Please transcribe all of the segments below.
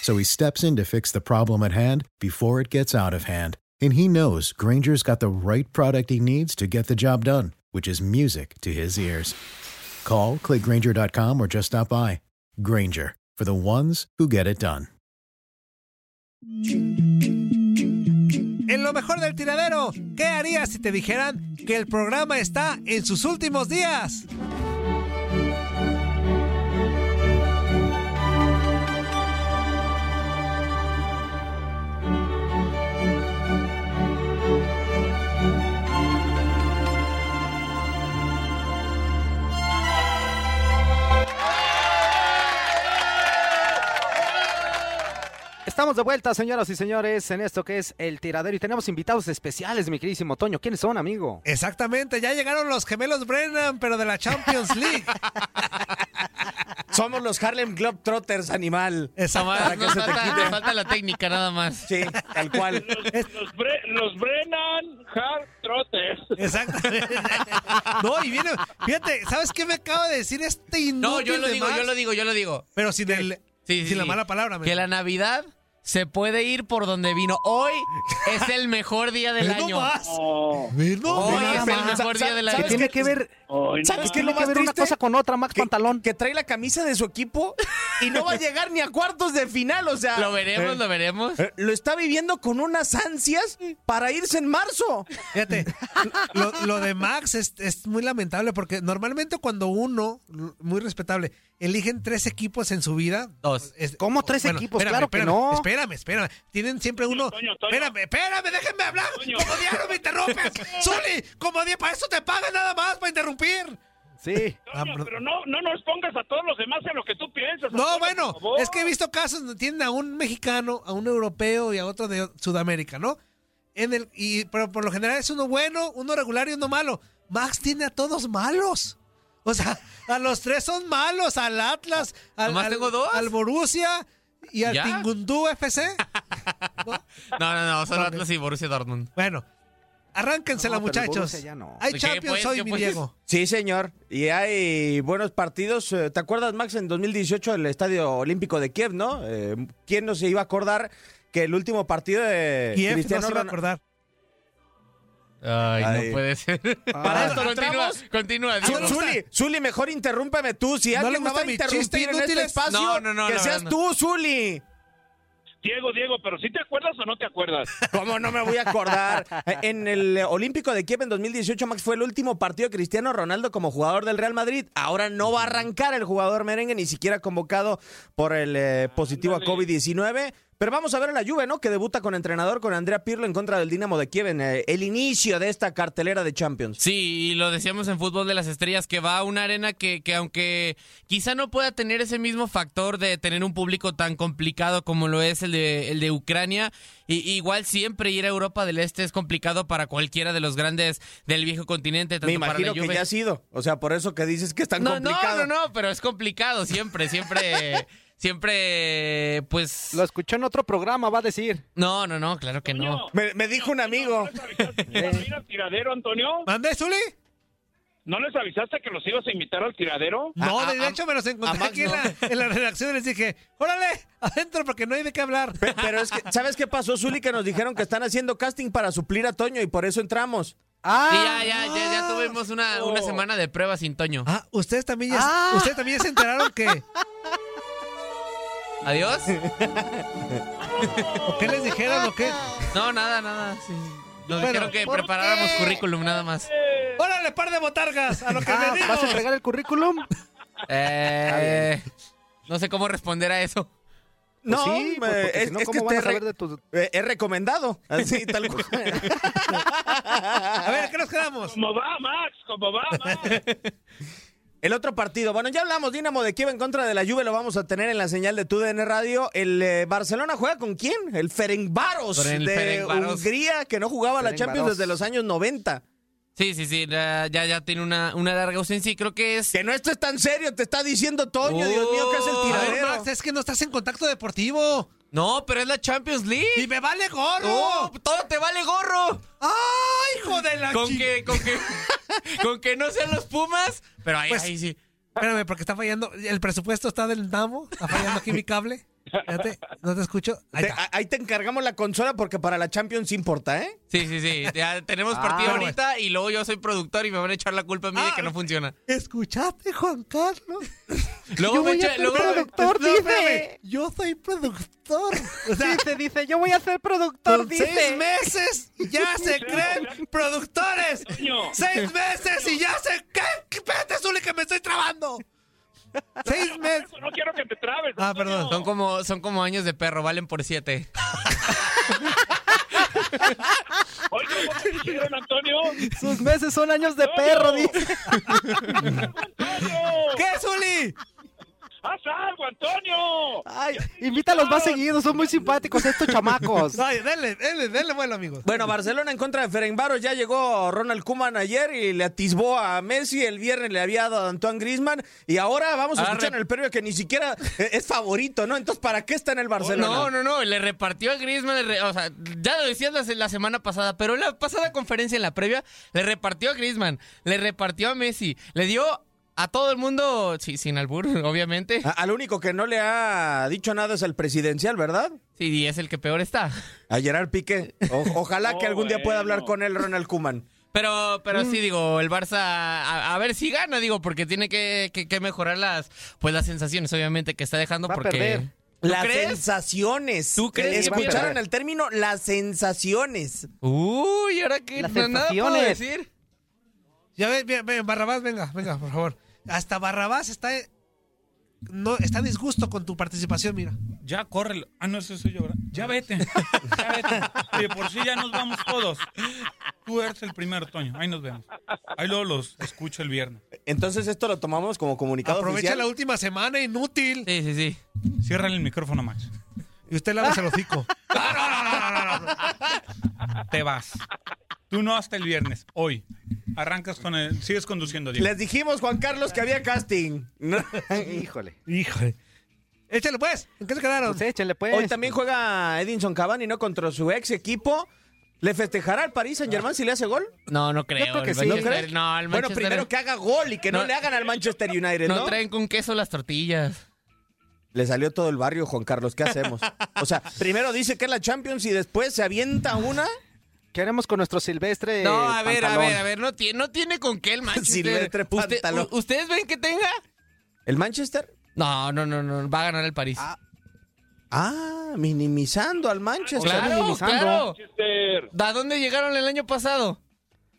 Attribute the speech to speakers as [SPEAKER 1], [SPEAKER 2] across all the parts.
[SPEAKER 1] So he steps in to fix the problem at hand before it gets out of hand. And he knows Granger's got the right product he needs to get the job done, which is music to his ears. Call, click Granger.com, or just stop by. Granger, for the ones who get it done.
[SPEAKER 2] En lo mejor del tiradero, ¿qué harías si te dijeran que el programa está en sus últimos días?
[SPEAKER 3] Estamos de vuelta, señoras y señores, en esto que es El Tiradero y tenemos invitados especiales, mi queridísimo Toño. ¿Quiénes son, amigo?
[SPEAKER 2] Exactamente, ya llegaron los gemelos Brennan, pero de la Champions League.
[SPEAKER 4] Somos los Harlem Globetrotters, animal.
[SPEAKER 2] Esa madre.
[SPEAKER 4] que se te
[SPEAKER 5] falta,
[SPEAKER 4] quite.
[SPEAKER 5] nos falta la técnica nada más.
[SPEAKER 4] Sí, tal cual.
[SPEAKER 6] Los, los Bre- los Brennan Hard Trotters.
[SPEAKER 2] Exactamente. No, y viene, fíjate, ¿sabes qué me acaba de decir este inútil
[SPEAKER 5] No, yo lo
[SPEAKER 2] de
[SPEAKER 5] digo,
[SPEAKER 2] más?
[SPEAKER 5] yo lo digo, yo lo digo.
[SPEAKER 2] Pero sin, el,
[SPEAKER 5] Sí, sí,
[SPEAKER 2] sin la
[SPEAKER 5] sí.
[SPEAKER 2] mala palabra. me-
[SPEAKER 5] Que la Navidad se puede ir por donde vino. Hoy es el mejor día del
[SPEAKER 2] Ve
[SPEAKER 5] año.
[SPEAKER 2] nomás,
[SPEAKER 6] Oh,
[SPEAKER 2] ve nomás.
[SPEAKER 5] Hoy
[SPEAKER 4] Mira,
[SPEAKER 5] es el
[SPEAKER 4] ma-
[SPEAKER 5] mejor día
[SPEAKER 4] sa-
[SPEAKER 5] del año.
[SPEAKER 4] sa-
[SPEAKER 3] Que
[SPEAKER 4] ¿sabes
[SPEAKER 3] tiene
[SPEAKER 4] qué?
[SPEAKER 3] que ver,
[SPEAKER 6] hoy no
[SPEAKER 4] ¿Sabes qué es
[SPEAKER 3] tiene
[SPEAKER 4] lo
[SPEAKER 3] que
[SPEAKER 4] más
[SPEAKER 3] ver una
[SPEAKER 4] triste?
[SPEAKER 3] cosa con otra, Max
[SPEAKER 4] Que-
[SPEAKER 3] Pantalón.
[SPEAKER 4] Que trae la camisa de su equipo y no va a llegar ni a cuartos de final, o sea.
[SPEAKER 5] Lo veremos, lo veremos.
[SPEAKER 4] eh, Lo está viviendo con unas ansias para irse en marzo.
[SPEAKER 2] Fíjate, lo, lo de Max es, es muy lamentable porque normalmente cuando uno, muy respetable, eligen tres equipos en su vida.
[SPEAKER 5] Dos.
[SPEAKER 2] es-
[SPEAKER 3] ¿Cómo tres equipos? Claro que
[SPEAKER 2] espérame,
[SPEAKER 3] no.
[SPEAKER 2] Espérame, espérame. Tienen siempre uno.
[SPEAKER 6] Toño, Toño.
[SPEAKER 2] Espérame, espérame, déjenme hablar.
[SPEAKER 6] Toño.
[SPEAKER 2] Como diario me interrumpes. Zuli, como día para eso te pagan nada más para interrumpir.
[SPEAKER 3] Sí.
[SPEAKER 2] Ah,
[SPEAKER 6] Toño,
[SPEAKER 2] pero-
[SPEAKER 6] pero no, no nos pongas a todos los demás en lo que tú piensas.
[SPEAKER 2] No,
[SPEAKER 6] Antonio,
[SPEAKER 2] bueno,
[SPEAKER 6] por favor.
[SPEAKER 2] es que he visto casos donde tienen a un mexicano, a un europeo y a otro de Sudamérica, ¿no? En el, y, pero por lo general es uno bueno, uno regular y uno malo. Max tiene a todos malos. O sea, a los tres son malos, al Atlas, al,
[SPEAKER 5] Ah, ¿Nomás
[SPEAKER 2] al-
[SPEAKER 5] tengo dos?
[SPEAKER 2] al Borussia y al
[SPEAKER 5] ¿Ya?
[SPEAKER 2] Tingundú FC.
[SPEAKER 5] No, no, no, solo Atlas y Borussia Dortmund.
[SPEAKER 2] Bueno, arránquensela,
[SPEAKER 3] No, pero el
[SPEAKER 2] muchachos.
[SPEAKER 3] Borussia ya no.
[SPEAKER 2] Hay
[SPEAKER 5] ¿Qué,
[SPEAKER 2] Champions
[SPEAKER 5] pues?
[SPEAKER 2] hoy,
[SPEAKER 5] ¿Qué,
[SPEAKER 2] mi
[SPEAKER 5] pues?
[SPEAKER 2] Diego.
[SPEAKER 4] Sí, señor. Y hay buenos partidos. Eh, ¿Te acuerdas, Max, en 2018 el Estadio Olímpico de Kiev, no? Eh, ¿Quién no se iba a acordar que el último partido de
[SPEAKER 2] Y F no
[SPEAKER 4] Cristiano
[SPEAKER 2] se va a
[SPEAKER 4] Ronaldo-
[SPEAKER 2] acordar.
[SPEAKER 5] Ay,
[SPEAKER 4] Ay.
[SPEAKER 5] no puede ser.
[SPEAKER 4] Para esto lo
[SPEAKER 5] Ah. continúa,
[SPEAKER 4] entramos.
[SPEAKER 5] continúa.
[SPEAKER 4] Zu-
[SPEAKER 5] Diego.
[SPEAKER 4] Zuli, Zuli, mejor interrúmpeme tú. Si
[SPEAKER 2] ¿No le
[SPEAKER 4] alguien me
[SPEAKER 2] gusta
[SPEAKER 4] va a
[SPEAKER 2] mi
[SPEAKER 4] interrumpir
[SPEAKER 2] chiste
[SPEAKER 4] en este
[SPEAKER 2] inútiles?
[SPEAKER 4] espacio,
[SPEAKER 5] No, no, no,
[SPEAKER 4] que
[SPEAKER 5] la
[SPEAKER 4] seas
[SPEAKER 5] verdad
[SPEAKER 4] tú, Zuli.
[SPEAKER 6] Diego, Diego, pero si te acuerdas o no te acuerdas.
[SPEAKER 4] ¿Cómo no me voy a acordar? Eh, En el eh, Olímpico de Kiev en 2018, Max, fue el último partido de Cristiano Ronaldo como jugador del Real Madrid. Ahora no va a arrancar el jugador merengue, ni siquiera convocado por el eh, positivo a COVID-19. Pero vamos a ver a la Juve, ¿no? Que debuta con entrenador, con Andrea Pirlo en contra del Dinamo de Kiev en eh, el inicio de esta cartelera de Champions.
[SPEAKER 5] Sí, y lo decíamos en Fútbol de las Estrellas, que va a una arena que, que aunque quizá no pueda tener ese mismo factor de tener un público tan complicado como lo es el de, el de Ucrania, y, igual siempre ir a Europa del Este es complicado para cualquiera de los grandes del viejo continente, tanto
[SPEAKER 4] Me
[SPEAKER 5] para
[SPEAKER 4] imagino
[SPEAKER 5] la
[SPEAKER 4] que
[SPEAKER 5] Juve.
[SPEAKER 4] ya ha sido. O sea, por eso que dices que es tan
[SPEAKER 5] no,
[SPEAKER 4] complicado.
[SPEAKER 5] no, no, no, pero es complicado siempre, siempre... siempre, pues...
[SPEAKER 3] Lo escuchó en otro programa, va a decir.
[SPEAKER 5] No, no, no, claro que no.
[SPEAKER 4] Me, me dijo un amigo.
[SPEAKER 6] ¿No les avisaste que los ibas a ir al tiradero, Antonio?
[SPEAKER 2] ¿Mandé, Zuli?
[SPEAKER 6] ¿No les avisaste que los ibas a invitar al tiradero?
[SPEAKER 2] No,
[SPEAKER 5] A- a-
[SPEAKER 2] de hecho me los encontré
[SPEAKER 4] Ah, Max
[SPEAKER 2] aquí en,
[SPEAKER 4] no.
[SPEAKER 2] la, en la redacción y les dije, órale, adentro porque no hay de qué hablar.
[SPEAKER 4] Pe- Pero es que, ¿sabes qué pasó, Zuli? Que nos dijeron que están haciendo casting para suplir a Toño y por eso entramos.
[SPEAKER 3] Ah,
[SPEAKER 5] Sí, ya, ya, ya, ya tuvimos una,
[SPEAKER 4] Oh.
[SPEAKER 5] una
[SPEAKER 3] pues
[SPEAKER 5] semana de prueba sin Toño.
[SPEAKER 2] Ah, ustedes también ya,
[SPEAKER 5] Ah.
[SPEAKER 2] ustedes también ya se enteraron que...
[SPEAKER 5] ¿Adiós?
[SPEAKER 2] ¿o ¿Qué les dijeron o qué?
[SPEAKER 5] No, nada, nada. sí. Nos
[SPEAKER 2] Bueno,
[SPEAKER 5] dijeron que preparáramos currículum, nada más.
[SPEAKER 2] ¡Órale, par de botargas! A lo que
[SPEAKER 3] Ah,
[SPEAKER 2] me digo.
[SPEAKER 3] ¿Vas a entregar el currículum?
[SPEAKER 5] Eh, no sé cómo responder a eso.
[SPEAKER 4] No,
[SPEAKER 3] Pues sí, pues,
[SPEAKER 4] eh,
[SPEAKER 3] porque
[SPEAKER 4] es,
[SPEAKER 3] si no,
[SPEAKER 4] es que
[SPEAKER 3] ¿cómo van
[SPEAKER 4] te
[SPEAKER 3] a saber
[SPEAKER 4] re-
[SPEAKER 3] de tus
[SPEAKER 4] eh, es recomendado. Así, tal cual.
[SPEAKER 2] A ver, ¿a qué nos quedamos?
[SPEAKER 6] ¿Cómo va, Max? ¿Cómo va, Max?
[SPEAKER 4] El otro partido, bueno, ya hablamos, Dinamo de Kiev en contra de la Juve, lo vamos a tener en la señal de TUDN Radio. El eh, Barcelona juega con quién? El Ferencváros
[SPEAKER 5] Con el
[SPEAKER 4] de
[SPEAKER 5] Ferencváros.
[SPEAKER 4] Hungría, que no jugaba la Champions
[SPEAKER 3] Ferencváros.
[SPEAKER 4] desde los años 90.
[SPEAKER 5] Sí, sí, sí, ya, ya, ya tiene una, una larga ausencia y creo que es...
[SPEAKER 4] Que no esto es tan serio, te está diciendo Toño, Dios mío, que es el
[SPEAKER 5] Oh.
[SPEAKER 2] A ver,
[SPEAKER 4] tiradero.
[SPEAKER 2] Max, es que no estás en contacto deportivo.
[SPEAKER 5] No, pero es la Champions
[SPEAKER 2] ¡Y
[SPEAKER 5] League.
[SPEAKER 2] me vale
[SPEAKER 5] No,
[SPEAKER 4] Oh.
[SPEAKER 2] gorro!
[SPEAKER 5] todo te vale gorro.
[SPEAKER 2] ¡Ay, hijo de la
[SPEAKER 5] Con
[SPEAKER 2] chi-
[SPEAKER 5] que, con que, con que no sean los Pumas, pero ahí,
[SPEAKER 2] Pues-
[SPEAKER 5] ahí sí.
[SPEAKER 2] Espérame, porque está fallando. El presupuesto está del damo. Está fallando aquí mi cable. Fíjate, no te escucho. Ahí
[SPEAKER 4] Te-
[SPEAKER 2] está.
[SPEAKER 4] a- ahí te encargamos la consola porque para la Champions importa, ¿eh?
[SPEAKER 5] Sí, sí, sí. Ya tenemos
[SPEAKER 4] Ah,
[SPEAKER 5] partido ahorita y luego yo soy productor y me van a echar la culpa a mí de
[SPEAKER 4] Ah,
[SPEAKER 5] que no funciona.
[SPEAKER 2] ¿Escuchaste, Juan Carlos?
[SPEAKER 5] Luego me echa- luego-
[SPEAKER 3] productor,
[SPEAKER 2] No, espérame,
[SPEAKER 3] dice.
[SPEAKER 2] Yo soy productor. O sea,
[SPEAKER 3] Dice, dice, yo voy a ser productor,
[SPEAKER 2] con
[SPEAKER 3] dice.
[SPEAKER 2] seis meses y ya se creen productores.
[SPEAKER 6] Toño.
[SPEAKER 2] Seis meses y ya se creen. Espérate, Zuli, que me estoy trabando. Seis meses.
[SPEAKER 6] No quiero que te trabes.
[SPEAKER 2] Ah, perdón.
[SPEAKER 5] Son como, son como años de perro, valen por siete.
[SPEAKER 6] Oye, ¿cómo te dijeron, Antonio?
[SPEAKER 3] Sus meses son años de
[SPEAKER 6] Toño.
[SPEAKER 3] perro, dice.
[SPEAKER 6] ¡Antonio!
[SPEAKER 2] ¿Qué, Zuli?
[SPEAKER 6] ¡Haz algo, Antonio!
[SPEAKER 3] Ay, invítalos más seguidos, son muy simpáticos estos chamacos.
[SPEAKER 2] Ay, denle, denle, denle vuelo, amigos.
[SPEAKER 4] Bueno, Barcelona en contra de Ferencváros ya llegó Ronald Koeman ayer y le atisbó a Messi, el viernes le había dado a Antoine Griezmann y ahora vamos a
[SPEAKER 5] Arre.
[SPEAKER 4] escuchar en el previo que ni siquiera eh, es favorito, ¿no? Entonces, ¿para qué está en el Barcelona?
[SPEAKER 5] No, no, no, le repartió a Griezmann, le re- o sea, ya lo decías la, se- la semana pasada, pero en la pasada conferencia en la previa, le repartió a Griezmann, le repartió a Messi, le dio a todo el mundo, sí, sin albur, obviamente,
[SPEAKER 4] A- al único que no le ha dicho nada es al presidencial, ¿verdad?
[SPEAKER 5] sí, y es el que peor está.
[SPEAKER 4] A Gerard Piqué. O- ojalá que
[SPEAKER 6] Oh,
[SPEAKER 4] algún día
[SPEAKER 6] bueno.
[SPEAKER 4] pueda hablar con él Ronald Koeman.
[SPEAKER 5] Pero, pero
[SPEAKER 4] Mm.
[SPEAKER 5] sí, digo, el Barça, a, a ver si gana, digo, porque tiene que, que- que mejorar las, pues las sensaciones, obviamente, que está dejando
[SPEAKER 3] Va a
[SPEAKER 5] porque...
[SPEAKER 3] perder.
[SPEAKER 5] ¿Tú
[SPEAKER 4] Las
[SPEAKER 5] crees?
[SPEAKER 4] sensaciones.
[SPEAKER 5] ¿Tú crees que va a
[SPEAKER 4] ¿Escucharon
[SPEAKER 3] perder?
[SPEAKER 4] el término? Las sensaciones.
[SPEAKER 2] Uh.
[SPEAKER 5] Uy, ahora que
[SPEAKER 3] Las
[SPEAKER 5] nada puedo
[SPEAKER 3] sensaciones.
[SPEAKER 5] decir.
[SPEAKER 2] Ya ven, bien, ven, Barrabás, venga, venga, por favor. Hasta Barrabás está. No, está a disgusto con tu participación, mira.
[SPEAKER 7] Ya, córrelo. Ah, no, eso soy yo, ¿verdad? Ya vete. Ya vete. De por sí ya nos vamos todos. Tú eres el primero, Toño. Ahí nos vemos. Ahí luego los escucho el viernes.
[SPEAKER 4] Entonces, esto lo tomamos como comunicado
[SPEAKER 2] Aprovecha
[SPEAKER 4] oficial.
[SPEAKER 2] la última semana, inútil.
[SPEAKER 5] Sí, sí, sí.
[SPEAKER 7] Ciérrale el micrófono, Max.
[SPEAKER 2] Y usted la el hocico.
[SPEAKER 7] Te vas. Tú no hasta el viernes. Hoy. Arrancas con el... Sigues conduciendo, Diego.
[SPEAKER 4] Les dijimos, Juan Carlos, que había casting. No.
[SPEAKER 3] Híjole.
[SPEAKER 2] Híjole. Échale, pues. ¿En qué se quedaron?
[SPEAKER 3] Pues échenle, pues.
[SPEAKER 4] Hoy también juega Edinson Cavani, ¿no? Contra su ex equipo. ¿Le festejará al París Saint Germain si le hace gol?
[SPEAKER 5] No, no creo.
[SPEAKER 3] Yo creo que
[SPEAKER 5] el
[SPEAKER 3] sí. ¿No
[SPEAKER 5] Manchester-
[SPEAKER 4] crees?
[SPEAKER 5] no, el
[SPEAKER 4] bueno,
[SPEAKER 5] Manchester-
[SPEAKER 4] primero que haga gol y que no,
[SPEAKER 5] No.
[SPEAKER 4] le hagan al Manchester United,
[SPEAKER 5] No,
[SPEAKER 4] ¿no?
[SPEAKER 5] traen con queso las tortillas.
[SPEAKER 4] Le salió todo el barrio, Juan Carlos. ¿Qué hacemos? O sea, primero dice que es la Champions y después se avienta una.
[SPEAKER 3] ¿Qué haremos con nuestro silvestre?
[SPEAKER 5] No, a ver,
[SPEAKER 3] pantalón?
[SPEAKER 5] a ver, a ver, no tiene, no tiene con qué el Manchester.
[SPEAKER 4] Silvestre
[SPEAKER 5] Usted-
[SPEAKER 4] pantalón.
[SPEAKER 5] u- ¿Ustedes ven que tenga?
[SPEAKER 4] ¿El Manchester?
[SPEAKER 5] No, no, no, no, va a ganar el París.
[SPEAKER 4] Ah, Ah, minimizando al Manchester.
[SPEAKER 5] claro,
[SPEAKER 3] minimizando.
[SPEAKER 5] claro.
[SPEAKER 6] Chester.
[SPEAKER 5] ¿A dónde llegaron el año pasado?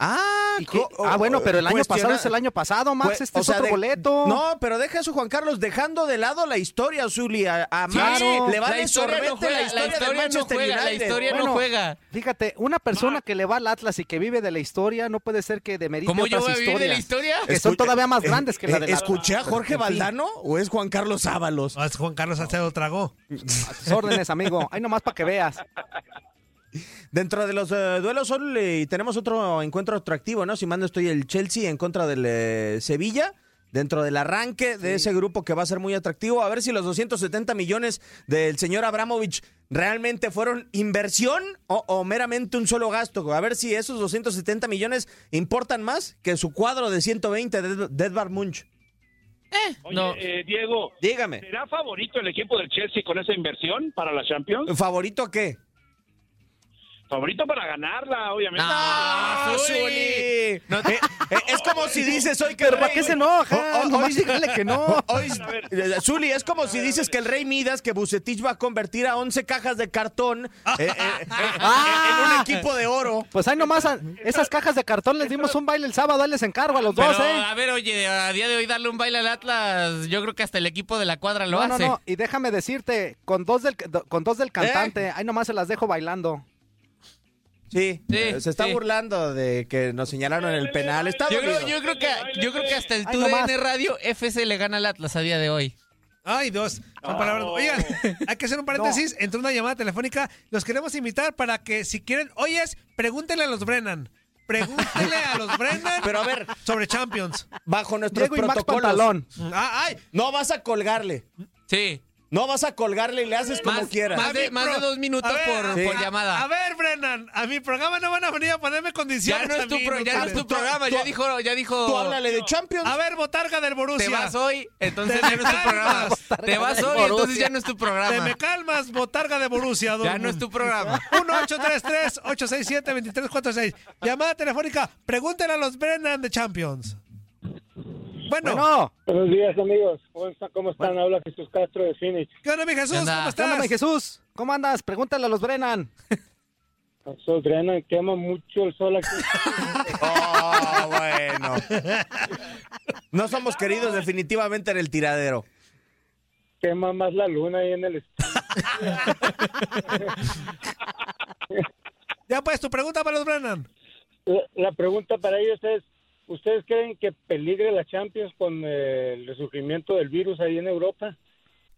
[SPEAKER 4] Ah,
[SPEAKER 3] ¿Y qué?
[SPEAKER 4] co-
[SPEAKER 3] Ah, bueno, pero el año pasado
[SPEAKER 4] cuestiona-
[SPEAKER 3] es el año pasado, Max.
[SPEAKER 4] Pues,
[SPEAKER 3] este
[SPEAKER 4] o sea,
[SPEAKER 3] es otro
[SPEAKER 4] de-
[SPEAKER 3] boleto.
[SPEAKER 4] No, pero deja eso, Juan Carlos, dejando de lado la historia, Zuli. A, a Max le va
[SPEAKER 5] la
[SPEAKER 4] de
[SPEAKER 5] historia no
[SPEAKER 4] sorbete
[SPEAKER 5] juega,
[SPEAKER 4] la historia,
[SPEAKER 5] la
[SPEAKER 4] del
[SPEAKER 5] historia no
[SPEAKER 4] Manchester
[SPEAKER 5] juega, la
[SPEAKER 4] United.
[SPEAKER 5] historia
[SPEAKER 3] Bueno,
[SPEAKER 5] no juega. Ah.
[SPEAKER 3] Fíjate, una persona que le va al Atlas y que vive de la historia, no puede ser que demerite
[SPEAKER 5] ¿Cómo yo
[SPEAKER 3] otras
[SPEAKER 5] voy a vivir de la
[SPEAKER 3] historias.
[SPEAKER 5] historia?
[SPEAKER 3] que son todavía más grandes que la
[SPEAKER 4] Eh,
[SPEAKER 3] del Atlas.
[SPEAKER 4] ¿Escuché a Jorge
[SPEAKER 3] Pero, en fin,
[SPEAKER 4] Valdano o es Juan Carlos Ábalos?
[SPEAKER 2] Ah, es Juan Carlos Salcedo tragó.
[SPEAKER 3] a tus órdenes, amigo. Ay, nomás para que veas.
[SPEAKER 4] Dentro de los eh, duelos Sol, eh, tenemos otro encuentro atractivo, ¿no? Si mal no estoy, el Chelsea en contra del eh, Sevilla. dentro del arranque de ese grupo que va a ser muy atractivo. A ver si los 270 millones del señor Abramovich realmente fueron inversión o, o meramente un solo gasto. A ver si esos 270 millones importan más que su cuadro de 120 de Ed- de Edvard Munch.
[SPEAKER 6] Oye,
[SPEAKER 5] No.
[SPEAKER 6] eh, Diego,
[SPEAKER 4] Dígame,
[SPEAKER 6] ¿será favorito el equipo del Chelsea con esa inversión para la Champions?
[SPEAKER 4] ¿favorito a qué?
[SPEAKER 6] Favorito para ganarla, obviamente.
[SPEAKER 5] Ah, Zuli.
[SPEAKER 4] Zuli!
[SPEAKER 5] No te-
[SPEAKER 4] Eh, eh, es como si dices hoy que
[SPEAKER 3] ¿Pero
[SPEAKER 4] el
[SPEAKER 3] para
[SPEAKER 4] rey-
[SPEAKER 3] qué se enoja?
[SPEAKER 4] Oh, oh,
[SPEAKER 3] Nomás
[SPEAKER 4] hoy-
[SPEAKER 3] dígale que no.
[SPEAKER 4] Hoy-
[SPEAKER 6] A ver.
[SPEAKER 4] eh, Zuli, es como si dices que el rey Midas, que Bucetich va a convertir a 11 cajas de cartón eh, eh, eh,
[SPEAKER 3] Ah.
[SPEAKER 4] en un equipo de oro.
[SPEAKER 3] Pues ahí nomás a- esas cajas de cartón les dimos un baile el sábado, ahí les encargo a los
[SPEAKER 5] Pero,
[SPEAKER 3] dos, ¿eh?
[SPEAKER 5] a ver, oye, a día de hoy darle un baile al Atlas, yo creo que hasta el equipo de la cuadra lo
[SPEAKER 3] No, no,
[SPEAKER 5] hace.
[SPEAKER 3] no, y déjame decirte, con dos del, con dos
[SPEAKER 4] Eh.
[SPEAKER 3] del cantante, ahí nomás se las dejo bailando.
[SPEAKER 4] Sí,
[SPEAKER 5] Sí,
[SPEAKER 4] eh, se está
[SPEAKER 5] sí.
[SPEAKER 4] burlando de que nos señalaron el penal. Está
[SPEAKER 5] Yo creo,
[SPEAKER 4] dolido.
[SPEAKER 5] yo creo que, yo creo que hasta el
[SPEAKER 3] Ay, nomás.
[SPEAKER 5] TUDN Radio FC le gana al Atlas a día de hoy.
[SPEAKER 2] Ay, dos. Son
[SPEAKER 6] No.
[SPEAKER 2] palabras.
[SPEAKER 4] Ah,
[SPEAKER 2] Oigan,
[SPEAKER 4] oh.
[SPEAKER 2] hay que hacer un paréntesis. Entró una llamada telefónica. Los queremos invitar para que, si quieren, oyes, pregúntenle a los Brennan. Pregúntenle a los Brennan
[SPEAKER 4] Pero a ver.
[SPEAKER 2] sobre Champions.
[SPEAKER 4] Bajo nuestros
[SPEAKER 3] Diego y Max
[SPEAKER 4] protocolos.
[SPEAKER 3] Pantalón.
[SPEAKER 2] Ah, ay,
[SPEAKER 4] No vas a colgarle.
[SPEAKER 5] Sí.
[SPEAKER 4] No vas a colgarle y le haces como
[SPEAKER 5] Más-
[SPEAKER 4] quieras.
[SPEAKER 5] más de-
[SPEAKER 2] mi pro-
[SPEAKER 5] dos minutos
[SPEAKER 2] a
[SPEAKER 5] por-
[SPEAKER 4] por
[SPEAKER 2] a-
[SPEAKER 5] llamada.
[SPEAKER 2] A ver, Brennan, a mi programa no van a venir a ponerme
[SPEAKER 5] Ya
[SPEAKER 2] condiciones.
[SPEAKER 5] no es
[SPEAKER 2] a
[SPEAKER 5] tu,
[SPEAKER 2] mí,
[SPEAKER 5] pro- ya no es tu
[SPEAKER 2] inútiles.
[SPEAKER 5] programa,
[SPEAKER 4] tú-
[SPEAKER 5] ya dijo, ya dijo.
[SPEAKER 4] Tú háblale de Champions.
[SPEAKER 2] A ver, botarga del Borussia.
[SPEAKER 5] Te vas hoy, entonces
[SPEAKER 2] Te
[SPEAKER 5] ya no es tu
[SPEAKER 2] me
[SPEAKER 5] programa.
[SPEAKER 2] calmas.
[SPEAKER 5] Te vas hoy, entonces ya no es tu
[SPEAKER 2] Te me
[SPEAKER 5] programa.
[SPEAKER 2] calmas, botarga de Borussia.
[SPEAKER 5] Ya no es tu programa.
[SPEAKER 2] 1-833-867-2346. Llamada telefónica. Pregúntenle a los Brennan de Champions. Bueno,
[SPEAKER 3] No,
[SPEAKER 6] Buenos días, amigos. ¿Cómo están? Habla Jesús Castro de Phoenix.
[SPEAKER 2] ¿qué onda, mi Jesús?
[SPEAKER 5] ¿Qué onda?
[SPEAKER 2] ¿Cómo
[SPEAKER 3] ¿qué onda,
[SPEAKER 2] estás?
[SPEAKER 3] mi Jesús? ¿Cómo andas? Pregúntale a los Brennan.
[SPEAKER 6] Pasó, Brennan, quema mucho el sol aquí.
[SPEAKER 4] Oh, bueno. No somos queridos definitivamente en el tiradero.
[SPEAKER 6] quema más la luna ahí en el
[SPEAKER 2] Ya pues, tu pregunta para los Brennan.
[SPEAKER 6] La, la pregunta para ellos es, ¿ustedes creen que peligre la Champions con eh, el resurgimiento del virus ahí en Europa?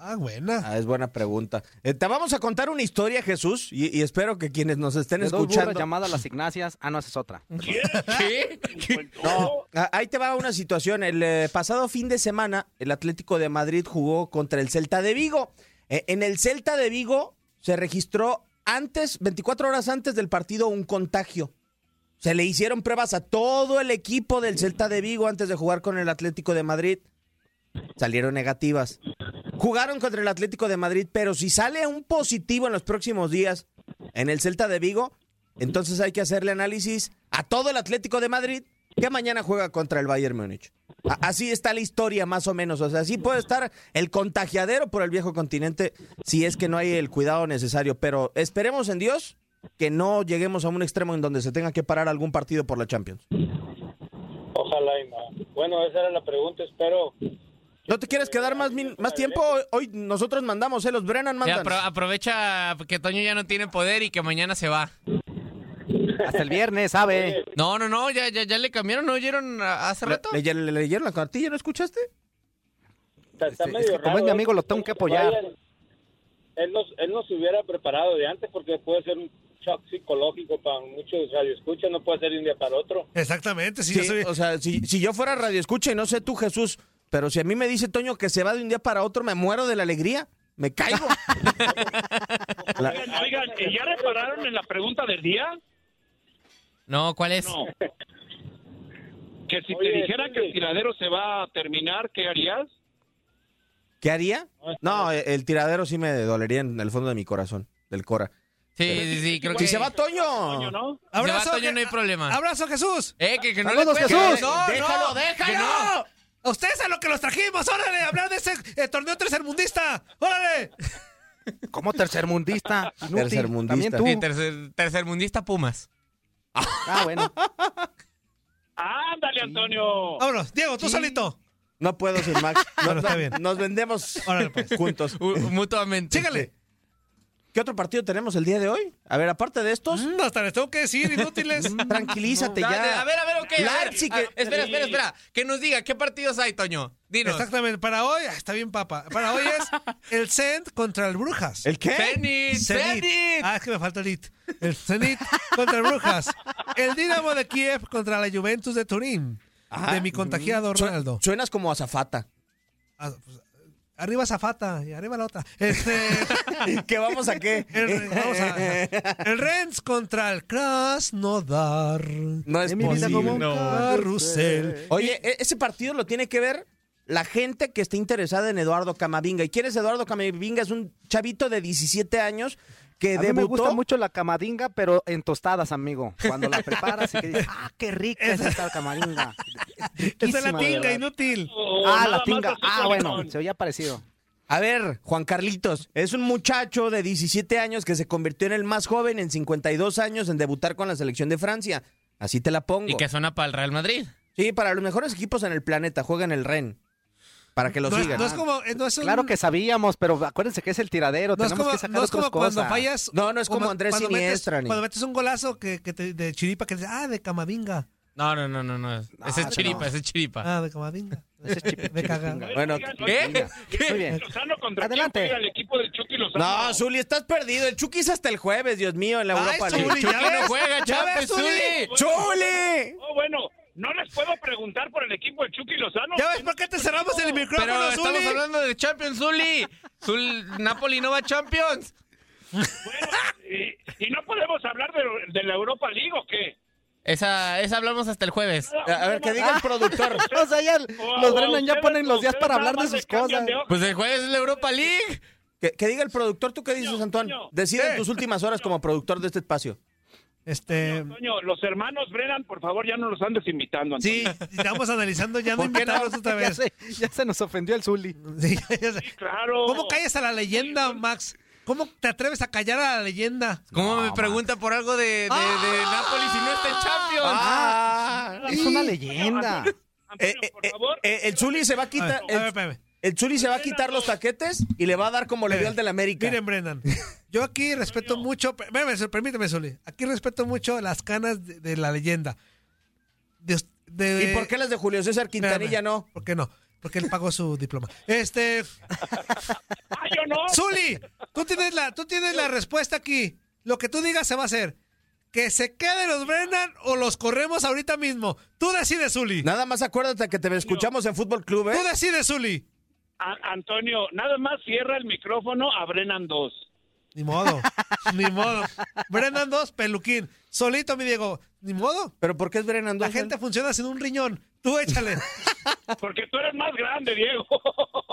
[SPEAKER 2] Ah, buena.
[SPEAKER 4] Ah, es buena pregunta. Eh, te vamos a contar una historia, Jesús, y, y espero que quienes nos estén
[SPEAKER 3] De dos burras
[SPEAKER 4] escuchando...
[SPEAKER 3] llamada las Ignacias. Ah, no, esa es otra.
[SPEAKER 5] ¿Qué? ¿Qué?
[SPEAKER 4] No, a- ahí te va una situación. El eh, pasado fin de semana, el Atlético de Madrid jugó contra el Celta de Vigo. Eh, en el Celta de Vigo se registró antes, 24 horas antes del partido, un contagio. Se le hicieron pruebas a todo el equipo del Celta de Vigo antes de jugar con el Atlético de Madrid. Salieron negativas. Jugaron contra el Atlético de Madrid, pero si sale un positivo en los próximos días en el Celta de Vigo, entonces hay que hacerle análisis a todo el Atlético de Madrid que mañana juega contra el Bayern Múnich. A- Así está la historia más o menos. O sea, así puede estar el contagiadero por el viejo continente si es que no hay el cuidado necesario. Pero esperemos en Dios que no lleguemos a un extremo en donde se tenga que parar algún partido por la Champions.
[SPEAKER 6] Ojalá y no. Bueno, esa era la pregunta, espero.
[SPEAKER 4] ¿No te quieres quedar más, min- más tiempo? Hoy nosotros mandamos, ¿eh? Los Brennan
[SPEAKER 5] Ya,
[SPEAKER 4] mandan.
[SPEAKER 5] apro- aprovecha que Toño ya no tiene poder y que mañana se va.
[SPEAKER 3] Hasta el viernes, ¿sabe?
[SPEAKER 5] No, no, no, ya, ya, ya le cambiaron, ¿no oyeron a- hace rato?
[SPEAKER 4] ¿Le, le- le leyeron la cartilla? ¿No escuchaste?
[SPEAKER 6] Está, está
[SPEAKER 3] Este, es
[SPEAKER 6] medio
[SPEAKER 3] que como es
[SPEAKER 6] raro,
[SPEAKER 3] mi
[SPEAKER 6] ¿eh?
[SPEAKER 3] amigo, lo tengo que apoyar.
[SPEAKER 6] Vayan. Él nos, él nos hubiera preparado de antes porque puede ser un shock psicológico para muchos radioescuchas, no puede ser de un día para otro.
[SPEAKER 2] Exactamente, sí,
[SPEAKER 4] Sí,
[SPEAKER 2] yo soy...
[SPEAKER 4] o sea, si, si yo fuera radio escucha y no sé tú, Jesús, pero si a mí me dice Toño que se va de un día para otro, me muero de la alegría. Me caigo.
[SPEAKER 6] Oigan, oigan, ¿eh, ¿ya repararon en la pregunta del día?
[SPEAKER 5] No, ¿cuál es?
[SPEAKER 6] No. Que si
[SPEAKER 8] Oye,
[SPEAKER 6] te dijera que
[SPEAKER 8] Tony.
[SPEAKER 6] el tiradero se va a terminar, ¿qué harías?
[SPEAKER 4] ¿Qué haría? No, eh, el tiradero sí me dolería en el fondo de mi corazón, del Cora.
[SPEAKER 5] Sí, sí, sí, creo
[SPEAKER 4] Si
[SPEAKER 5] que...
[SPEAKER 4] se va
[SPEAKER 6] Coño,
[SPEAKER 4] Toño.
[SPEAKER 6] ¿no?
[SPEAKER 5] Se va Toño,
[SPEAKER 2] Je-
[SPEAKER 5] no hay problema.
[SPEAKER 2] eh, Abrazo, Jesús.
[SPEAKER 5] Eh, que, que no
[SPEAKER 3] Saludos,
[SPEAKER 5] le cuelgues.
[SPEAKER 3] Jesús.
[SPEAKER 5] No, no,
[SPEAKER 4] Déjalo,
[SPEAKER 5] que
[SPEAKER 4] déjalo.
[SPEAKER 5] no.
[SPEAKER 2] A ustedes a lo que los trajimos, órale, a hablar de ese eh, torneo tercermundista. Órale.
[SPEAKER 3] Como tercermundista. Inútil.
[SPEAKER 4] Tercermundista.
[SPEAKER 5] Sí,
[SPEAKER 3] También tú.
[SPEAKER 5] tercer, tercermundista Pumas.
[SPEAKER 3] Ah, bueno.
[SPEAKER 6] Ándale, Antonio.
[SPEAKER 2] Vámonos, Diego, tú solito.
[SPEAKER 4] No puedo sin Max. Nos,
[SPEAKER 2] Bueno, está bien.
[SPEAKER 4] nos vendemos
[SPEAKER 2] Órale, pues.
[SPEAKER 4] juntos.
[SPEAKER 5] U- Mutuamente.
[SPEAKER 2] Sígale.
[SPEAKER 4] ¿Qué otro partido tenemos el día de hoy? A ver, aparte de estos, Mm.
[SPEAKER 2] Mm, hasta les tengo que decir, inútiles.
[SPEAKER 4] tranquilízate
[SPEAKER 5] Dale,
[SPEAKER 4] ya.
[SPEAKER 5] A ver, a ver, ok. a ver.
[SPEAKER 4] Leipzig,
[SPEAKER 5] Ah,
[SPEAKER 4] que-
[SPEAKER 3] eh,
[SPEAKER 5] espera, espera, espera. Que nos diga, ¿qué partidos hay, Toño? Dinos.
[SPEAKER 2] Exactamente. Para hoy, ah, está bien, papa. Para hoy es el Zenit contra el Brujas.
[SPEAKER 4] ¿El qué?
[SPEAKER 5] Zenit,
[SPEAKER 2] Zenit.
[SPEAKER 5] Zenit.
[SPEAKER 2] Ah, es que me falta el IT. El Zenit contra el Brujas. El Dinamo de Kiev contra la Juventus de Turín.
[SPEAKER 4] Ajá.
[SPEAKER 2] De mi contagiado
[SPEAKER 4] Ah, mm. Sue-
[SPEAKER 2] Ronaldo.
[SPEAKER 4] Suenas como azafata.
[SPEAKER 2] Ah, pues, arriba Zafata y arriba la otra. Este,
[SPEAKER 4] ¿Qué vamos a qué?
[SPEAKER 2] el, vamos a- el Rennes contra el Krasnodar.
[SPEAKER 4] No es
[SPEAKER 3] De mi vida
[SPEAKER 4] posible.
[SPEAKER 3] como un
[SPEAKER 5] No.
[SPEAKER 2] Carrusel.
[SPEAKER 4] Oye, e- ese partido lo tiene que ver la gente que está interesada en Eduardo Camavinga. ¿Y quién es Eduardo Camavinga? Es un chavito de 17 años que
[SPEAKER 3] A mí me
[SPEAKER 4] debutó.
[SPEAKER 3] gusta mucho la camadinga, pero en tostadas, amigo. Cuando la preparas y que dices, ah, qué rica es esta camadinga.
[SPEAKER 2] Esta es la
[SPEAKER 3] Riquísima, de
[SPEAKER 2] tinga,
[SPEAKER 3] verdad.
[SPEAKER 2] inútil.
[SPEAKER 3] Ah, la tinga. Ah, bueno, se oía parecido.
[SPEAKER 4] A ver, Juan Carlitos, es un muchacho de 17 años que se convirtió en el más joven en 52 años en debutar con la selección de Francia. Así te la pongo.
[SPEAKER 5] Y que suena para el Real Madrid.
[SPEAKER 4] Sí, para los mejores equipos en el planeta, juega en el REN. Para que lo
[SPEAKER 2] No es,
[SPEAKER 4] sigan.
[SPEAKER 2] no es como. eh, No es un-
[SPEAKER 3] Claro que sabíamos, pero acuérdense que es el tiradero.
[SPEAKER 2] No es
[SPEAKER 3] Tenemos
[SPEAKER 2] como,
[SPEAKER 3] que sacar
[SPEAKER 2] no es
[SPEAKER 3] otras
[SPEAKER 2] como cuando
[SPEAKER 3] cosas.
[SPEAKER 2] fallas.
[SPEAKER 4] No, no es como
[SPEAKER 2] cuando-
[SPEAKER 4] Andrés
[SPEAKER 2] cuando
[SPEAKER 4] Iniestra,
[SPEAKER 2] Metes,
[SPEAKER 4] ni-
[SPEAKER 2] Cuando metes un golazo que, que te- de chiripa que dices, ah, de Camavinga.
[SPEAKER 5] No, no, no, no, no.
[SPEAKER 4] Ah,
[SPEAKER 5] Ese es
[SPEAKER 3] no.
[SPEAKER 5] chiripa, ese es chiripa.
[SPEAKER 2] Ah, de Camavinga.
[SPEAKER 3] Ese es chipi-
[SPEAKER 2] Me caga.
[SPEAKER 3] chipinga.
[SPEAKER 4] Bueno,
[SPEAKER 5] ¿Qué?
[SPEAKER 3] Muy bien.
[SPEAKER 6] Lozano contra
[SPEAKER 3] Adelante.
[SPEAKER 6] quién juega el equipo del Chucky Lozano.
[SPEAKER 4] no, Zuli, estás perdido. El Chucky es hasta el jueves, Dios mío, en
[SPEAKER 6] Ah,
[SPEAKER 4] la
[SPEAKER 2] Ay,
[SPEAKER 4] Europa
[SPEAKER 2] Zuli,
[SPEAKER 4] League.
[SPEAKER 2] ya
[SPEAKER 5] Chucky no
[SPEAKER 2] ves.
[SPEAKER 5] juega,
[SPEAKER 4] ¿Ya
[SPEAKER 5] Chávez,
[SPEAKER 4] ves,
[SPEAKER 5] Zuli.
[SPEAKER 4] Zuli? ¡Zuli!
[SPEAKER 6] Oh, bueno, no les puedo preguntar por el equipo del Chucky Lozano.
[SPEAKER 2] ¿Ya ves por qué te cerramos el micrófono,
[SPEAKER 5] Pero
[SPEAKER 2] Zuli?
[SPEAKER 5] estamos hablando de Champions, Zuli. Zul- Napoli no va a Champions.
[SPEAKER 6] Y, y no podemos hablar de, de la Europa League o qué.
[SPEAKER 5] Esa, esa hablamos hasta el jueves.
[SPEAKER 4] A ver, que diga el productor.
[SPEAKER 3] O sea, ya
[SPEAKER 6] O-
[SPEAKER 3] los
[SPEAKER 6] o a
[SPEAKER 3] drenan ya
[SPEAKER 6] ustedes-
[SPEAKER 3] ponen los
[SPEAKER 6] ustedes
[SPEAKER 3] días para
[SPEAKER 6] nada
[SPEAKER 3] hablar de
[SPEAKER 6] más
[SPEAKER 3] sus
[SPEAKER 6] le cambian
[SPEAKER 3] cosas.
[SPEAKER 6] de hoja.
[SPEAKER 5] Pues el jueves es la Europa League.
[SPEAKER 4] Que, que diga el productor. ¿Tú qué dices, Antoine?
[SPEAKER 6] Toño.
[SPEAKER 4] Decide en tus últimas horas como productor de este espacio.
[SPEAKER 2] Este.
[SPEAKER 6] Toño, los hermanos Brennan, por favor, ya no los andes invitando. Antonio.
[SPEAKER 2] Sí, estamos analizando ya no
[SPEAKER 3] ¿Por qué no?
[SPEAKER 2] invitarlos otra
[SPEAKER 3] Ya
[SPEAKER 2] vez.
[SPEAKER 3] se, ya se nos ofendió el Zuli.
[SPEAKER 2] Sí, ya sé.
[SPEAKER 6] Claro.
[SPEAKER 2] ¿Cómo callas a la leyenda, Max? ¿Cómo te atreves a callar a la leyenda? Ah.
[SPEAKER 5] ¿Cómo me pregunta por algo de, de, de Napoli si no está en Champions?
[SPEAKER 4] ¡Ah!
[SPEAKER 3] Es una leyenda.
[SPEAKER 4] Eh,
[SPEAKER 6] Antonio,
[SPEAKER 4] eh,
[SPEAKER 6] por favor.
[SPEAKER 4] eh, el Zuli se va a
[SPEAKER 2] A ver,
[SPEAKER 4] quitar.
[SPEAKER 2] a ver,
[SPEAKER 4] El,
[SPEAKER 2] espérame.
[SPEAKER 4] el Zuli se va a quitar los taquetes y le va a dar como le dio al del América.
[SPEAKER 2] Miren, Brennan, yo aquí respeto mucho, espérame, Sol, permíteme, Soli, aquí respeto mucho las canas de, de la leyenda. De us- de-
[SPEAKER 4] ¿Y por qué las de Julio César Quintanilla
[SPEAKER 2] espérame,
[SPEAKER 4] no?
[SPEAKER 2] ¿Por qué no? Porque él pagó su diploma. Este,
[SPEAKER 6] Ah, yo no.
[SPEAKER 2] Zuli, tú tienes la, tú tienes la respuesta aquí. Lo que tú digas se va a hacer. Que se queden los Brennan o los corremos ahorita mismo. Tú decides, Zuli.
[SPEAKER 4] Nada más acuérdate que te escuchamos en Fútbol Club, ¿eh?
[SPEAKER 2] Tú decides, Zuli.
[SPEAKER 6] A- Antonio, nada más cierra el micrófono a Brennan 2.
[SPEAKER 2] Ni modo, ni modo. Brennan 2, peluquín. Solito, mi Diego. Ni modo.
[SPEAKER 4] ¿Pero por qué es Brennan
[SPEAKER 2] La
[SPEAKER 4] Dawson?
[SPEAKER 2] gente funciona sin un riñón. Tú échale.
[SPEAKER 6] Porque tú eres más grande, Diego.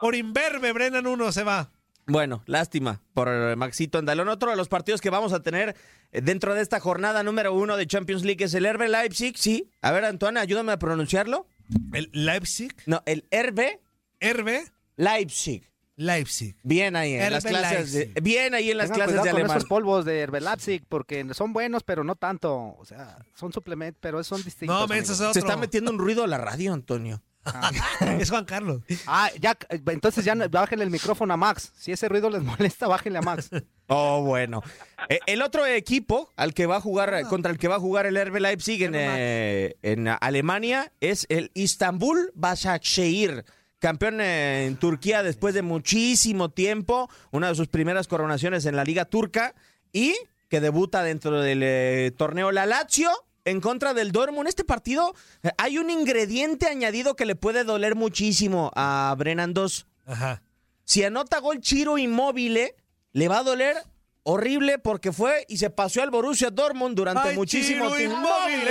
[SPEAKER 2] Por imberbe, Brennan 1 se va.
[SPEAKER 4] Bueno, lástima por eh, Maxito Andalón. Otro de los partidos que vamos a tener eh, dentro de esta jornada número uno de Champions League es el RB Leipzig, sí. A ver, Antoine, ayúdame a pronunciarlo.
[SPEAKER 2] El Leipzig,
[SPEAKER 4] No, el RB
[SPEAKER 2] Herbe,
[SPEAKER 4] Leipzig.
[SPEAKER 2] Leipzig.
[SPEAKER 4] Bien ahí en las
[SPEAKER 2] RB
[SPEAKER 4] clases de,
[SPEAKER 2] Leipzig.
[SPEAKER 4] bien ahí en las
[SPEAKER 3] Tengan
[SPEAKER 4] clases de
[SPEAKER 3] cuidado con
[SPEAKER 4] alemán.
[SPEAKER 3] esos polvos de Herbelapsic porque son buenos, pero no tanto. O sea, son suplementos, pero son distintos.
[SPEAKER 2] No,
[SPEAKER 3] amigo.
[SPEAKER 2] menso, es otro. Ah.
[SPEAKER 4] Se está metiendo un ruido a la radio, Antonio.
[SPEAKER 2] Es Juan Carlos.
[SPEAKER 3] Ah, ya, eh, entonces ya no- bájenle el micrófono a Max. Si ese ruido les molesta, bájenle a Max.
[SPEAKER 4] Oh, bueno. Eh, el otro equipo al que va a jugar, contra el que va a jugar el RB Leipzig en, eh, en Alemania es el Istanbul Başakşehir. Campeón eh, en Turquía después de muchísimo tiempo, una de sus primeras coronaciones en la Liga Turca y que debuta dentro del eh, torneo La Lazio en contra del Dortmund. Este partido eh, hay un ingrediente añadido que le puede doler muchísimo a Brennan 2.
[SPEAKER 2] Ajá.
[SPEAKER 4] Si anota gol Chiro Inmóvil, eh, le va a doler horrible porque fue y se paseó al Borussia Dortmund durante
[SPEAKER 2] Ay,
[SPEAKER 4] muchísimo
[SPEAKER 2] Ciro
[SPEAKER 4] tiempo.
[SPEAKER 2] Inmóvil,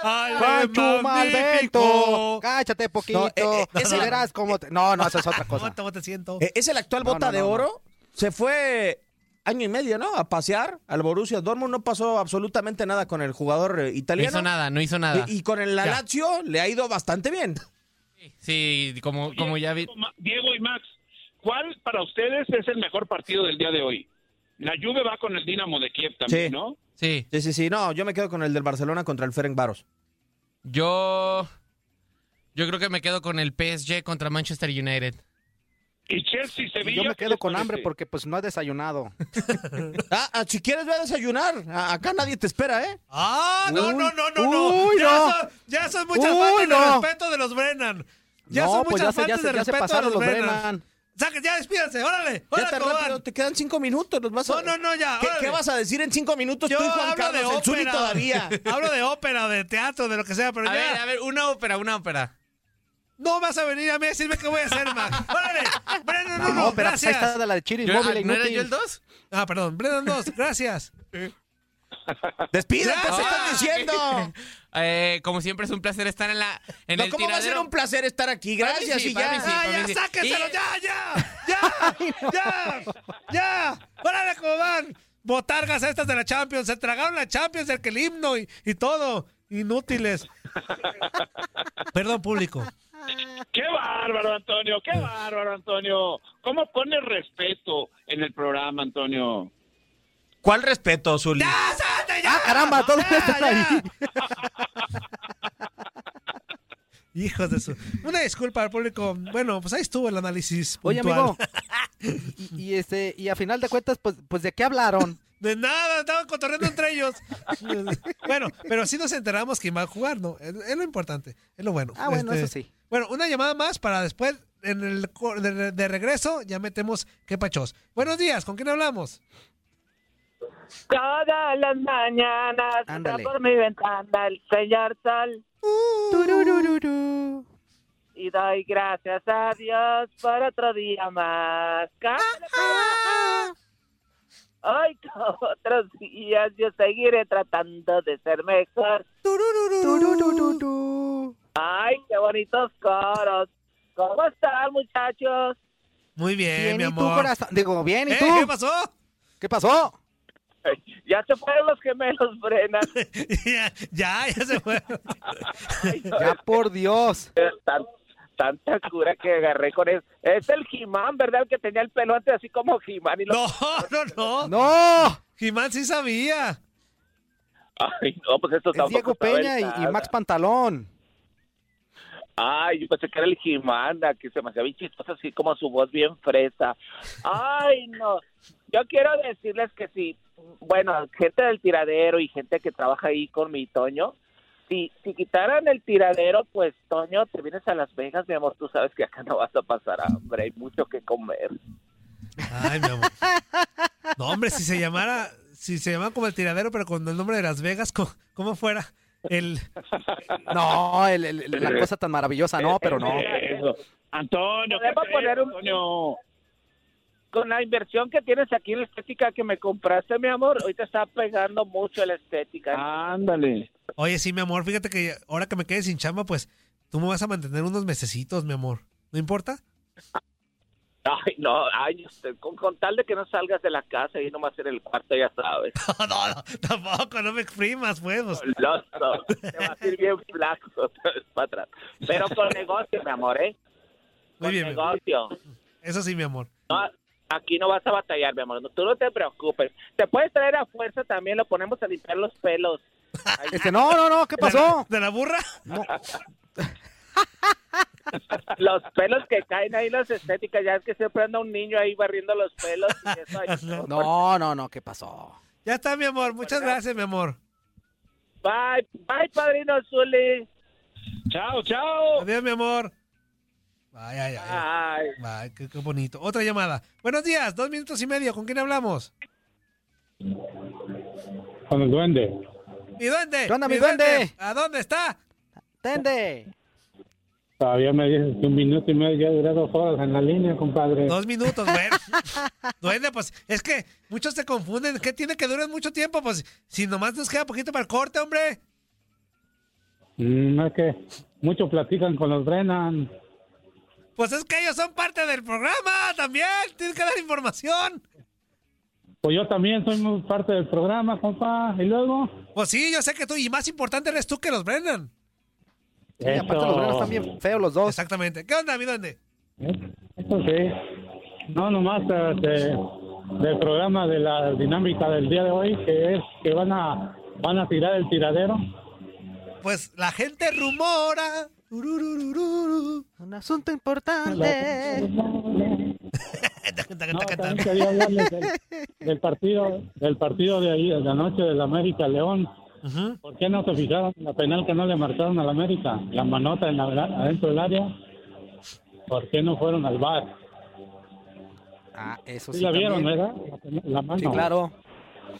[SPEAKER 3] Pancho
[SPEAKER 2] Ale
[SPEAKER 3] Malvento,
[SPEAKER 2] eh. magnífico.
[SPEAKER 3] cáchate poquito.
[SPEAKER 4] No, eh, eh,
[SPEAKER 3] y
[SPEAKER 4] ese-
[SPEAKER 3] verás cómo te- No, no, eso es otra cosa.
[SPEAKER 2] ¿Cómo te, cómo te siento?
[SPEAKER 4] Eh, Es el actual
[SPEAKER 3] No,
[SPEAKER 4] bota
[SPEAKER 3] no,
[SPEAKER 4] de
[SPEAKER 3] no,
[SPEAKER 4] oro. Se fue año y medio, ¿no? A pasear al Borussia Dortmund. No pasó absolutamente nada con el jugador eh,
[SPEAKER 5] No hizo
[SPEAKER 4] italiano.
[SPEAKER 5] nada, no hizo nada.
[SPEAKER 4] Y, y con el Lazio le ha ido bastante bien.
[SPEAKER 5] Sí, como, como ya vi.
[SPEAKER 6] Diego y Max, ¿cuál para ustedes es el mejor partido del día de hoy? La Juve va con el Dinamo de Kiev también,
[SPEAKER 4] Sí.
[SPEAKER 6] ¿no?
[SPEAKER 5] Sí.
[SPEAKER 4] Sí, sí, sí. No, yo me quedo con el del Barcelona contra el Ferencváros.
[SPEAKER 5] Yo. Yo creo que me quedo con el PSG contra Manchester United.
[SPEAKER 9] Y Chelsea,
[SPEAKER 3] Y
[SPEAKER 9] Sevilla.
[SPEAKER 3] yo me
[SPEAKER 9] ¿qué
[SPEAKER 3] quedo
[SPEAKER 9] les
[SPEAKER 3] con hambre
[SPEAKER 9] parece?
[SPEAKER 3] porque pues no he desayunado.
[SPEAKER 4] Ah, ah, si quieres, ve a desayunar. A- acá nadie te espera, ¿eh?
[SPEAKER 2] ¡Ah! No,
[SPEAKER 3] Uy,
[SPEAKER 2] no, no, no, no.
[SPEAKER 3] uy,
[SPEAKER 2] ya,
[SPEAKER 3] no.
[SPEAKER 2] Son, ya son muchas
[SPEAKER 3] Uy,
[SPEAKER 2] faltas de
[SPEAKER 3] no.
[SPEAKER 2] respeto de los Brennan. Ya
[SPEAKER 3] no,
[SPEAKER 2] son
[SPEAKER 3] pues
[SPEAKER 2] muchas
[SPEAKER 3] ya se, ya
[SPEAKER 2] faltas
[SPEAKER 3] se-
[SPEAKER 2] de
[SPEAKER 3] ya se
[SPEAKER 2] respeto a
[SPEAKER 3] pasaron
[SPEAKER 2] los,
[SPEAKER 3] los
[SPEAKER 2] Brennan.
[SPEAKER 3] Brennan.
[SPEAKER 2] Saque, ya despídanse, órale. Hola,
[SPEAKER 4] Vete
[SPEAKER 2] Cobán.
[SPEAKER 4] rápido, te quedan cinco minutos. Nos vas a...
[SPEAKER 2] No, no, no, ya,
[SPEAKER 4] ¿Qué,
[SPEAKER 2] órale.
[SPEAKER 4] qué vas a decir en cinco minutos
[SPEAKER 2] Yo
[SPEAKER 4] tú y Juan
[SPEAKER 2] hablo de
[SPEAKER 4] Carlos? El Zuli
[SPEAKER 2] ópera.
[SPEAKER 4] todavía.
[SPEAKER 2] hablo de ópera, de teatro, de lo que sea, pero
[SPEAKER 5] A
[SPEAKER 2] ya.
[SPEAKER 5] ver, a ver, una ópera, una ópera.
[SPEAKER 2] No vas a venir a mí a decirme qué voy a hacer, Mac. órale. Brennan
[SPEAKER 3] No,
[SPEAKER 2] 1,
[SPEAKER 3] pero ahí
[SPEAKER 2] gracias.
[SPEAKER 3] está la de Chiri
[SPEAKER 5] Yo- ah,
[SPEAKER 3] Móvil.
[SPEAKER 5] ¿No era yo el 2?
[SPEAKER 2] Ah, perdón. Brennan 2, gracias.
[SPEAKER 4] Despídete, ¿qué
[SPEAKER 2] Ya.
[SPEAKER 4] estás diciendo?
[SPEAKER 5] Ah. Eh, como siempre, es un placer estar en la. En
[SPEAKER 4] No,
[SPEAKER 5] el
[SPEAKER 4] ¿Cómo va a ser
[SPEAKER 5] tiradero.
[SPEAKER 4] un placer estar aquí?
[SPEAKER 5] Para mí
[SPEAKER 4] Gracias
[SPEAKER 5] sí,
[SPEAKER 4] y
[SPEAKER 5] para
[SPEAKER 4] ya.
[SPEAKER 5] mí sí.
[SPEAKER 2] ¡Ah, ya,
[SPEAKER 5] dice-
[SPEAKER 2] sáquenselo!
[SPEAKER 5] Y-
[SPEAKER 2] ¡Ya, ya! ¡Ya! ¡Ya! ¡Ya! ¡Órale, cómo van! Botargas estas de la Champions. Se tragaron la Champions, el que el himno y, y todo. Inútiles. Perdón, público.
[SPEAKER 9] Qué bárbaro, Antonio. Qué bárbaro, Antonio. ¿Cómo pone respeto en el programa, Antonio?
[SPEAKER 4] ¿Cuál respeto, Zuli?
[SPEAKER 2] ¡Ya, salte, ya!
[SPEAKER 3] Ah, caramba, todos
[SPEAKER 2] ¡Ya,
[SPEAKER 3] están ahí.
[SPEAKER 2] Hijos de su... Una disculpa al público. Bueno, pues ahí estuvo el análisis
[SPEAKER 3] Oye,
[SPEAKER 2] puntual.
[SPEAKER 3] amigo. Y, y, este, y a final de cuentas, pues, pues ¿de qué hablaron?
[SPEAKER 2] De nada, estaban cotorreando entre ellos. bueno, pero sí nos enteramos quién va a jugar, ¿no? Es, es lo importante, es lo bueno.
[SPEAKER 3] Ah, bueno,
[SPEAKER 2] Este,
[SPEAKER 3] eso sí.
[SPEAKER 2] Bueno, una llamada más para después, en el cor- de, de regreso, ya metemos qué pachos. Buenos días, ¿con quién hablamos?
[SPEAKER 6] Todas las mañanas entra
[SPEAKER 3] Ándale.
[SPEAKER 6] por mi ventana el señor Sol
[SPEAKER 3] Tururururu.
[SPEAKER 6] y doy gracias a Dios por otro día más. Cada- Hoy como otros días yo seguiré tratando de ser mejor.
[SPEAKER 3] Tururururu.
[SPEAKER 6] Ay, qué bonitos coros. ¿Cómo están, muchachos?
[SPEAKER 2] Muy bien,
[SPEAKER 3] Bien,
[SPEAKER 2] mi
[SPEAKER 3] ¿y tú,
[SPEAKER 2] amor.
[SPEAKER 3] corazón? Digo, bien, ¿y
[SPEAKER 2] ¿Eh?
[SPEAKER 3] tú?
[SPEAKER 2] ¿Qué pasó?
[SPEAKER 3] ¿Qué pasó?
[SPEAKER 6] Ya se fueron los gemelos, Brennan.
[SPEAKER 2] ya, ya, ya se fue.
[SPEAKER 3] Ya por Dios.
[SPEAKER 6] Tan- tanta cura que agarré con él. Es el Jimán, ¿verdad? El que tenía el pelo antes así como Jimán. Y lo-
[SPEAKER 2] no, no, no.
[SPEAKER 3] ¡No!
[SPEAKER 2] Jimán sí sabía.
[SPEAKER 9] Ay, no, pues esto
[SPEAKER 3] Es
[SPEAKER 9] tampoco
[SPEAKER 3] Diego
[SPEAKER 9] saben
[SPEAKER 3] Peña y, y
[SPEAKER 9] nada.
[SPEAKER 3] Max Pantalón.
[SPEAKER 9] Ay, yo pensé que era el Jimanda, que se me hacía bien chistoso, así como su voz bien fresa.
[SPEAKER 6] Ay, no. Yo quiero decirles que sí. Bueno, gente del tiradero y gente que trabaja ahí con mi Toño. Si, si quitaran el tiradero, pues Toño, te vienes a Las Vegas, mi amor. Tú sabes que acá no vas a pasar hambre. Hay mucho que comer.
[SPEAKER 2] Ay, mi amor. No, hombre, si se llamara, si se llamaba como el tiradero, pero con el nombre de Las Vegas, co- ¿cómo fuera? El,
[SPEAKER 3] No, el- el- la cosa tan maravillosa, no, pero no.
[SPEAKER 9] Eso. Antonio, ¿qué
[SPEAKER 6] Podemos
[SPEAKER 9] es,
[SPEAKER 6] poner un-
[SPEAKER 9] Antonio?
[SPEAKER 6] Con la inversión que tienes aquí en la estética que me compraste, mi amor, ahorita está pegando mucho la estética.
[SPEAKER 9] Ah, Ándale.
[SPEAKER 2] oye, sí, mi amor, fíjate que ahora que me quede sin chamba, pues tú me vas a mantener unos mesecitos, mi amor. ¿No importa?
[SPEAKER 9] Ay, no, ay,
[SPEAKER 6] este,
[SPEAKER 9] usted, con, con tal de que no salgas de la casa y nomás en el cuarto, ya sabes.
[SPEAKER 2] No, no, no, tampoco, no me exprimas, pues. pues.
[SPEAKER 9] No, no, te vas a ir bien flaco otra vez para atrás.
[SPEAKER 6] Pero con negocio, mi amor, ¿eh?
[SPEAKER 2] Muy
[SPEAKER 6] Con
[SPEAKER 2] bien, mi amor.
[SPEAKER 6] negocio.
[SPEAKER 2] eso sí, mi amor.
[SPEAKER 6] No, aquí no vas a batallar, mi amor. No, tú no te preocupes. Te puedes traer a fuerza también, lo ponemos a limpiar los pelos.
[SPEAKER 3] Este, no, no, no, ¿qué pasó?
[SPEAKER 2] ¿De la burra?
[SPEAKER 6] Los pelos que caen ahí, las estéticas. Ya es que siempre anda un niño ahí barriendo los pelos. y eso ahí.
[SPEAKER 3] No, no, no, ¿qué pasó?
[SPEAKER 2] Ya está, mi amor. Muchas gracias, mi amor.
[SPEAKER 6] Bye, bye, padrino Zuli.
[SPEAKER 9] Chao, chao.
[SPEAKER 2] Adiós, mi amor. Ay, ay, ay.
[SPEAKER 6] Bye.
[SPEAKER 2] Ay, qué, qué bonito. Otra llamada. Buenos días, dos minutos y medio. ¿Con quién hablamos?
[SPEAKER 9] Con el duende.
[SPEAKER 2] Mi duende.
[SPEAKER 3] ¿Qué onda, mi duende?
[SPEAKER 2] ¿A dónde está?
[SPEAKER 3] Tende.
[SPEAKER 9] Todavía me dices que un minuto y medio ya duré dos horas en la línea, compadre.
[SPEAKER 2] Dos minutos, bueno. Duende, pues es que muchos se confunden. ¿Qué tiene que durar mucho tiempo? Pues si nomás nos queda poquito para el corte, hombre.
[SPEAKER 9] Mm, es que muchos platican con los Brennan.
[SPEAKER 2] Pues es que ellos son parte del programa también. Tienen que dar información.
[SPEAKER 9] Pues yo también soy muy parte del programa, compa. Y luego.
[SPEAKER 2] Pues sí, yo sé que tú, y más importante eres tú que los Brennan.
[SPEAKER 3] Sí, aparte los venados están bien feos los dos.
[SPEAKER 2] Exactamente. ¿Qué onda, mi duende?
[SPEAKER 9] Eso sí. No, nomás eh, de- del programa de la dinámica del día de hoy, que es que van a van a tirar el tiradero.
[SPEAKER 2] Pues la gente rumora.
[SPEAKER 3] Un asunto importante.
[SPEAKER 9] No, también quería hablarles del, del partido, del partido de ahí, de la noche del América León. ¿Por qué no se fijaron en la penal que no le marcaron al América? La manota en la, adentro del área. ¿Por qué no fueron al bar?
[SPEAKER 3] Ah, eso
[SPEAKER 9] Sí,
[SPEAKER 3] sí.
[SPEAKER 9] la vieron,
[SPEAKER 3] también.
[SPEAKER 9] ¿verdad? La, la mano.
[SPEAKER 3] Sí, claro.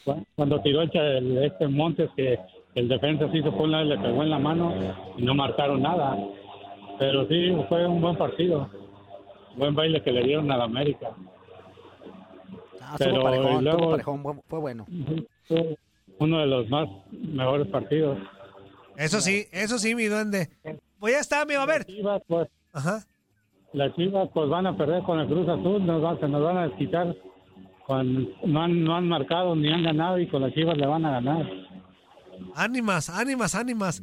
[SPEAKER 9] Cu- Cuando tiró el, cha- el- este Montes, que el defensa sí se fue a un lado y le pegó en la mano y no marcaron nada. Pero sí, fue un buen partido. Buen baile que le dieron al América.
[SPEAKER 3] Ah, estuvo
[SPEAKER 9] Pero
[SPEAKER 3] parejón,
[SPEAKER 9] y
[SPEAKER 3] estuvo
[SPEAKER 9] luego
[SPEAKER 3] parejón, bu- fue bueno.
[SPEAKER 9] fue uno de los más mejores partidos.
[SPEAKER 2] Eso sí, eso sí, mi duende. Pues ya está, mi a ver.
[SPEAKER 9] pues.
[SPEAKER 2] Ajá.
[SPEAKER 9] Las Chivas pues van a perder con el Cruz Azul, nos va- se nos van a desquitar. Con, no, han, no han marcado ni han ganado y con las Chivas le van a ganar.
[SPEAKER 2] Ánimas, ánimas, ánimas.